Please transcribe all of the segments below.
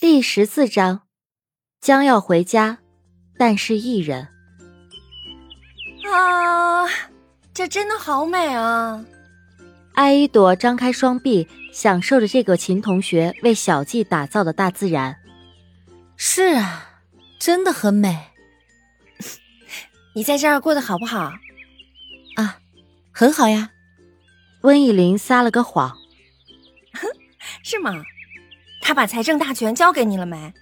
第十四章，将要回家，但是一人。啊，这真的好美啊！艾依朵张开双臂，享受着这个秦同学为小季打造的大自然。是啊，真的很美。 你在这儿过得好不好？啊，很好呀。温以玲撒了个谎。 是吗？他把财政大权交给你了没？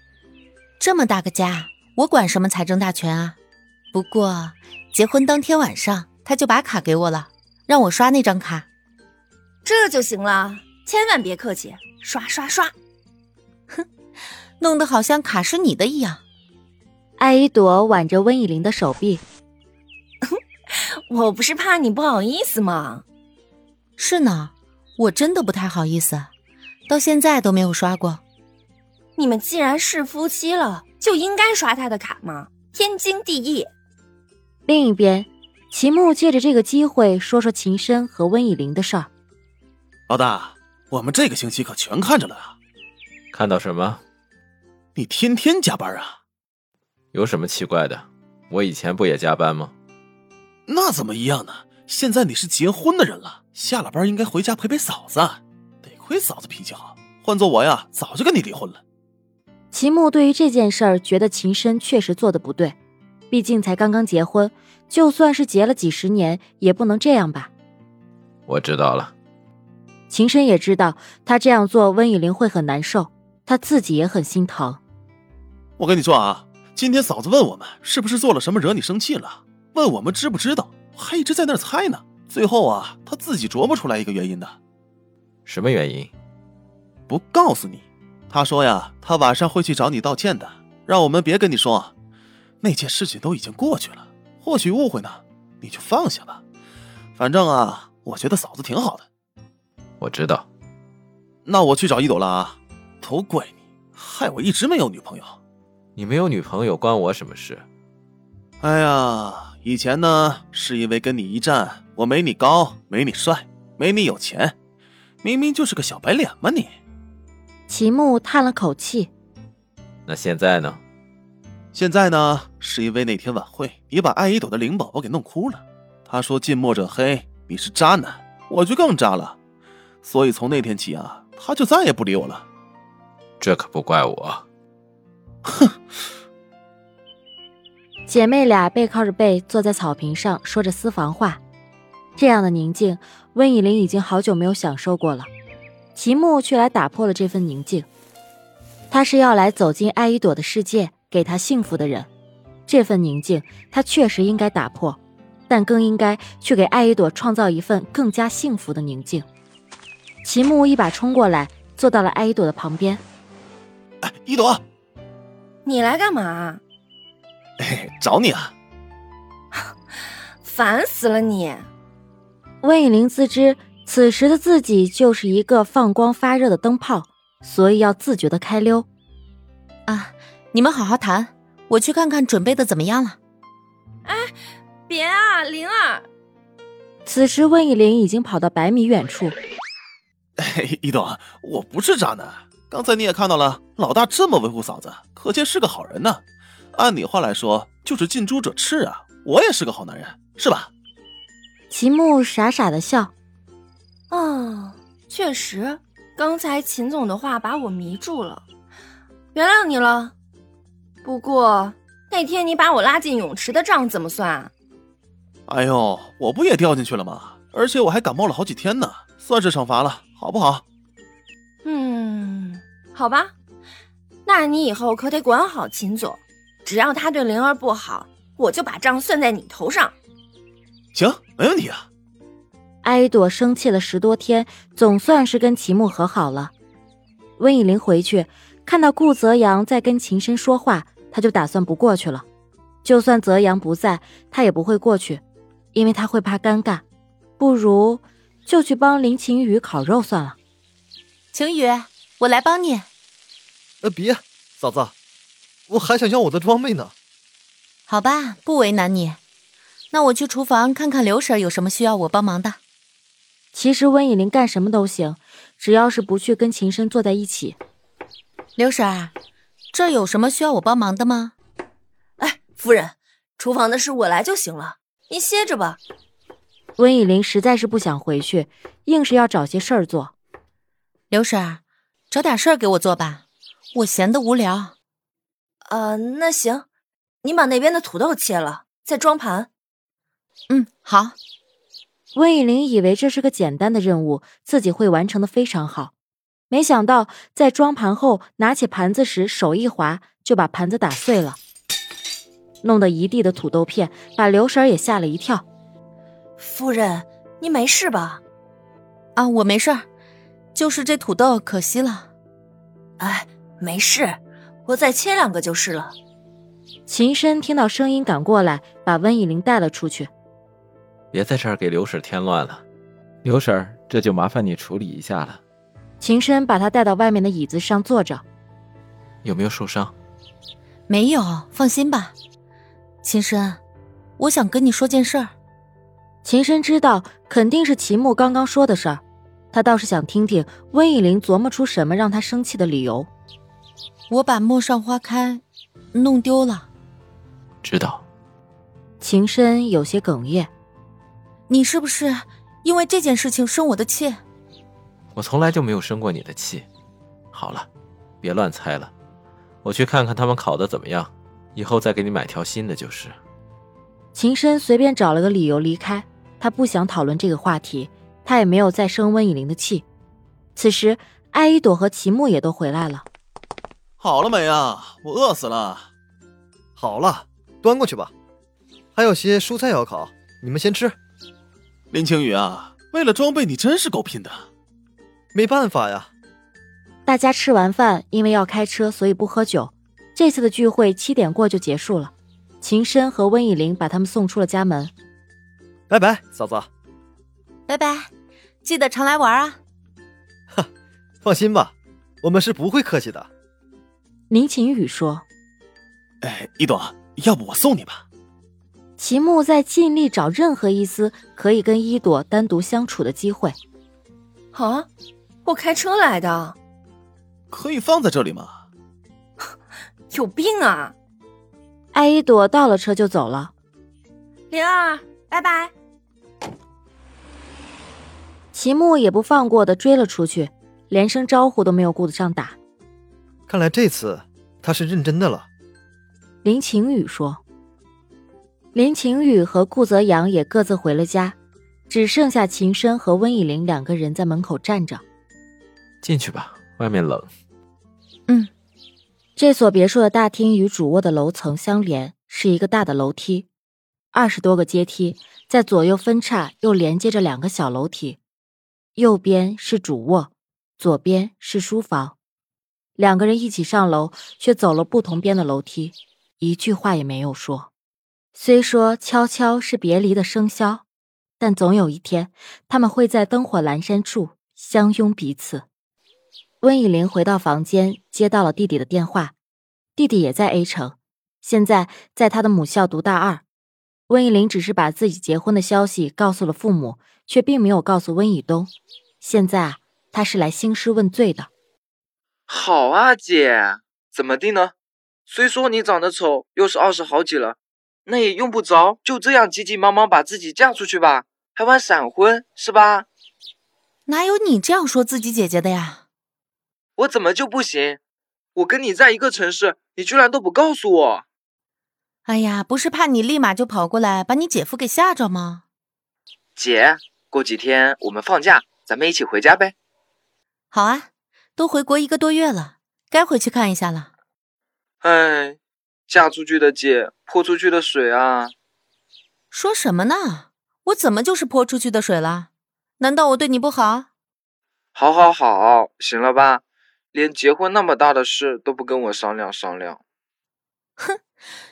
这么大个家，我管什么财政大权啊？不过结婚当天晚上，他就把卡给我了，让我刷那张卡。这就行了，千万别客气，刷刷刷！哼，弄得好像卡是你的一样。艾依朵挽着温以玲的手臂，我不是怕你不好意思吗？是呢，我真的不太好意思，到现在都没有刷过。你们既然是夫妻了，就应该刷他的卡嘛，天经地义。另一边，齐木借着这个机会说说秦深和温以玲的事儿。老大，我们这个星期可全看着了啊！看到什么？你天天加班啊？有什么奇怪的？我以前不也加班吗？那怎么一样呢？现在你是结婚的人了，下了班应该回家陪陪嫂子。得亏嫂子脾气好，换做我呀，早就跟你离婚了。齐木对于这件事儿觉得秦深确实做的不对，毕竟才刚刚结婚，就算是结了几十年，也不能这样吧。我知道了。秦深也知道他这样做，温以玲会很难受，他自己也很心疼。我跟你说啊，今天嫂子问我们是不是做了什么惹你生气了，问我们知不知道，我还一直在那儿猜呢。最后啊，她自己琢磨出来一个原因的，什么原因？不告诉你。她说呀，她晚上会去找你道歉的，让我们别跟你说，那件事情都已经过去了，或许误会呢，你就放下吧。反正啊，我觉得嫂子挺好的。我知道，那我去找一朵了啊！都怪你，害我一直没有女朋友。你没有女朋友关我什么事？哎呀，以前呢，是因为跟你一战，我没你高，没你帅，没你有钱，明明就是个小白脸嘛你！齐木叹了口气。那现在呢？现在呢，是因为那天晚会你把爱一朵的灵宝宝给弄哭了。他说近墨者黑，你是渣男，我就更渣了。所以从那天起啊，他就再也不理我了。这可不怪我。哼！姐妹俩背靠着背坐在草坪上，说着私房话。这样的宁静，温以玲已经好久没有享受过了。齐木却来打破了这份宁静。他是要来走进艾依朵的世界，给她幸福的人。这份宁静，他确实应该打破，但更应该去给艾依朵创造一份更加幸福的宁静。齐木一把冲过来，坐到了艾依朵的旁边。哎，一朵，你来干嘛？哎，找你啊！烦死了你！温以玲自知此时的自己就是一个放光发热的灯泡，所以要自觉的开溜。啊，你们好好谈，我去看看准备的怎么样了。哎，别啊，灵儿！此时温以玲已经跑到百米远处。哎，一朵，啊我不是渣男。哎刚才你也看到了，老大这么维护嫂子，可见是个好人呢、啊。按你话来说，就是近朱者赤啊。我也是个好男人，是吧？齐木傻傻的笑。哦，确实，刚才秦总的话把我迷住了，原谅你了。不过那天你把我拉进泳池的账怎么算？哎呦，我不也掉进去了吗？而且我还感冒了好几天呢，算是惩罚了，好不好？嗯，好吧，那你以后可得管好秦总，只要他对灵儿不好，我就把账算在你头上。行，没问题啊。艾朵生气了十多天，总算是跟齐木和好了。温以玲回去看到顾泽阳在跟秦深说话，他就打算不过去了。就算泽阳不在，他也不会过去，因为他会怕尴尬。不如就去帮林晴雨烤肉算了。晴雨，我来帮你。呃，别，嫂子，我还想要我的装备呢。好吧，不为难你。那我去厨房看看刘婶有什么需要我帮忙的。其实温以玲干什么都行，只要是不去跟秦深坐在一起。刘婶，这有什么需要我帮忙的吗？哎，夫人，厨房的事我来就行了，您歇着吧。温以玲实在是不想回去，硬是要找些事儿做。刘婶儿，找点事儿给我做吧，我闲得无聊。呃，那行，您把那边的土豆切了，再装盘。嗯，好。温以玲以为这是个简单的任务，自己会完成的非常好，没想到在装盘后拿起盘子时手一滑，就把盘子打碎了，弄得一地的土豆片，把刘婶儿也吓了一跳。夫人，您没事吧？啊，我没事儿，就是这土豆可惜了。哎，没事，我再切两个就是了。秦深听到声音赶过来，把温以玲带了出去。别在这儿给刘婶儿添乱了，刘婶儿，这就麻烦你处理一下了。秦深把她带到外面的椅子上坐着。有没有受伤？没有，放心吧。秦深，我想跟你说件事儿。秦深知道肯定是齐木刚刚说的事儿，他倒是想听听温以玲琢磨出什么让他生气的理由。我把《陌上花开》弄丢了，知道。秦深有些哽咽。你是不是因为这件事情生我的气？我从来就没有生过你的气。好了，别乱猜了，我去看看他们烤的怎么样，以后再给你买条新的就是。秦深随便找了个理由离开，他不想讨论这个话题，他也没有再生温以玲的气。此时，艾依朵和齐木也都回来了。好了没啊？我饿死了。好了，端过去吧。还有些蔬菜要烤，你们先吃。林青雨啊，为了装备你真是够拼的。没办法呀，大家吃完饭，因为要开车，所以不喝酒。这次的聚会七点过就结束了。秦深和温以玲把他们送出了家门。拜拜，嫂子。拜拜，记得常来玩啊。放心吧，我们是不会客气的。林晴雨说哎，一朵，要不我送你吧？：“齐木在尽力找任何一丝可以跟一朵单独相处的机会。啊，我开车来的，可以放在这里吗？有病啊！”艾依朵到了车就走了。灵儿，拜拜。齐木也不放过的追了出去，连声招呼都没有顾得上打。看来这次他是认真的了。林晴雨说。林晴雨和顾泽阳也各自回了家，只剩下秦深和温以玲两个人在门口站着。进去吧，外面冷。这所别墅的大厅与主卧的楼层相连，是一个大的楼梯，二十多个阶梯在左右分叉，又连接着两个小楼梯。右边是主卧，左边是书房。两个人一起上楼，却走了不同边的楼梯，一句话也没有说。虽说悄悄是别离的笙箫，但总有一天，他们会在灯火阑珊处相拥彼此。温以玲回到房间，接到了弟弟的电话，弟弟也在 A 城，现在在他的母校读大二。温以玲只是把自己结婚的消息告诉了父母，却并没有告诉温以东。现在啊，他是来兴师问罪的。好啊，姐，怎么地呢？虽说你长得丑，又是二十好几了，那也用不着就这样急急忙忙把自己嫁出去吧，还玩闪婚是吧？哪有你这样说自己姐姐的呀？我怎么就不行？我跟你在一个城市，你居然都不告诉我。哎呀，不是怕你立马就跑过来把你姐夫给吓着吗？姐，过几天我们放假，咱们一起回家呗。好啊，都回国一个多月了，该回去看一下了。哎，嫁出去的姐泼出去的水啊！说什么呢？我怎么就是泼出去的水了？难道我对你不好？好好好，行了吧？连结婚那么大的事都不跟我商量商量。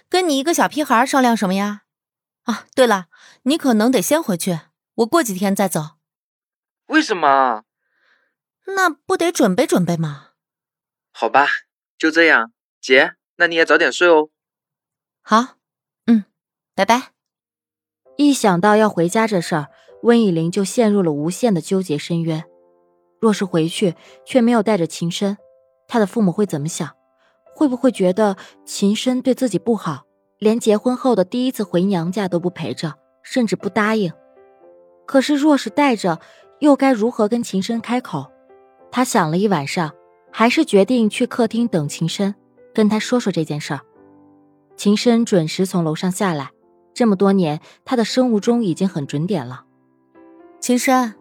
跟你一个小屁孩儿商量什么呀？啊，对了，你可能得先回去，我过几天再走。为什么啊？那不得准备准备吗？好吧，就这样，姐，那你也早点睡哦。好，嗯，拜拜。一想到要回家这事儿，温以玲就陷入了无限的纠结深渊。若是回去却没有带着秦深，他的父母会怎么想？会不会觉得秦深对自己不好，连结婚后的第一次回娘家都不陪着，甚至不答应？可是若是带着，又该如何跟秦深开口？他想了一晚上，还是决定去客厅等秦深，跟他说说这件事儿。秦深准时从楼上下来，这么多年，他的生物钟已经很准点了。秦深，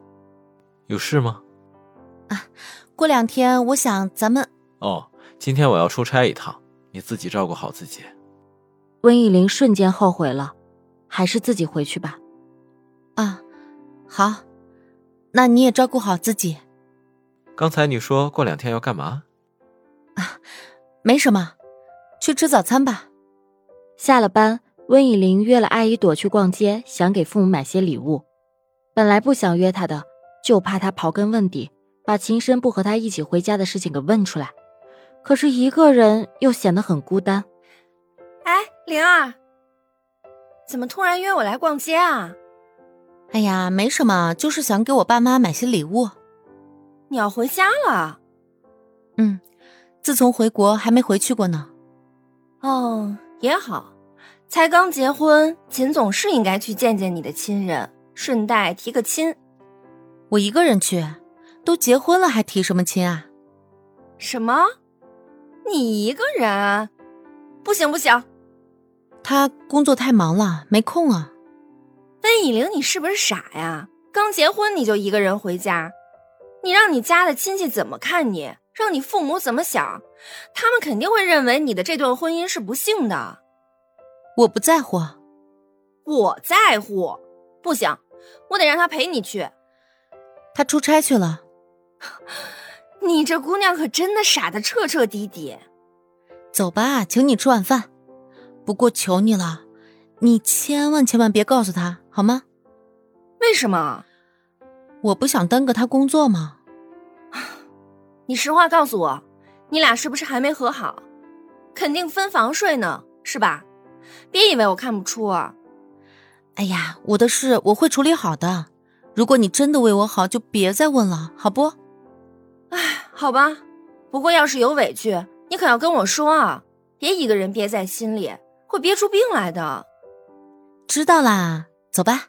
有事吗？过两天我想咱们哦，今天我要出差一趟，你自己照顾好自己。温以玲瞬间后悔了，还是自己回去吧。啊，好，那你也照顾好自己，刚才你说过两天要干嘛？没什么，去吃早餐吧。下了班，温以玲约了阿姨朵去逛街，想给父母买些礼物。本来不想约她的，就怕她刨根问底，把秦深不和她一起回家的事情给问出来。可是，一个人又显得很孤单。哎，灵儿，怎么突然约我来逛街啊？哎呀，没什么，就是想给我爸妈买些礼物。你要回家了？嗯，自从回国还没回去过呢。哦，也好，才刚结婚，秦总是应该去见见你的亲人，顺带提个亲。我一个人去，都结婚了还提什么亲啊？什么？你一个人？啊不行不行，他工作太忙了，没空啊。温以玲，你是不是傻呀？刚结婚你就一个人回家，你让你家的亲戚怎么看你？让你父母怎么想？他们肯定会认为你的这段婚姻是不幸的。我不在乎，我在乎，不行，我得让他陪你去。他出差去了。你这姑娘可真的傻的彻彻底底。走吧，请你吃晚饭。不过求你了，你千万千万别告诉他，好吗？为什么？我不想耽搁他工作嘛。你实话告诉我，你俩是不是还没和好？肯定分房睡呢，是吧？别以为我看不出啊。哎呀，我的事我会处理好的。如果你真的为我好，就别再问了，好不？唉，好吧。不过要是有委屈，你可要跟我说啊，别一个人憋在心里，会憋出病来的。知道啦，走吧。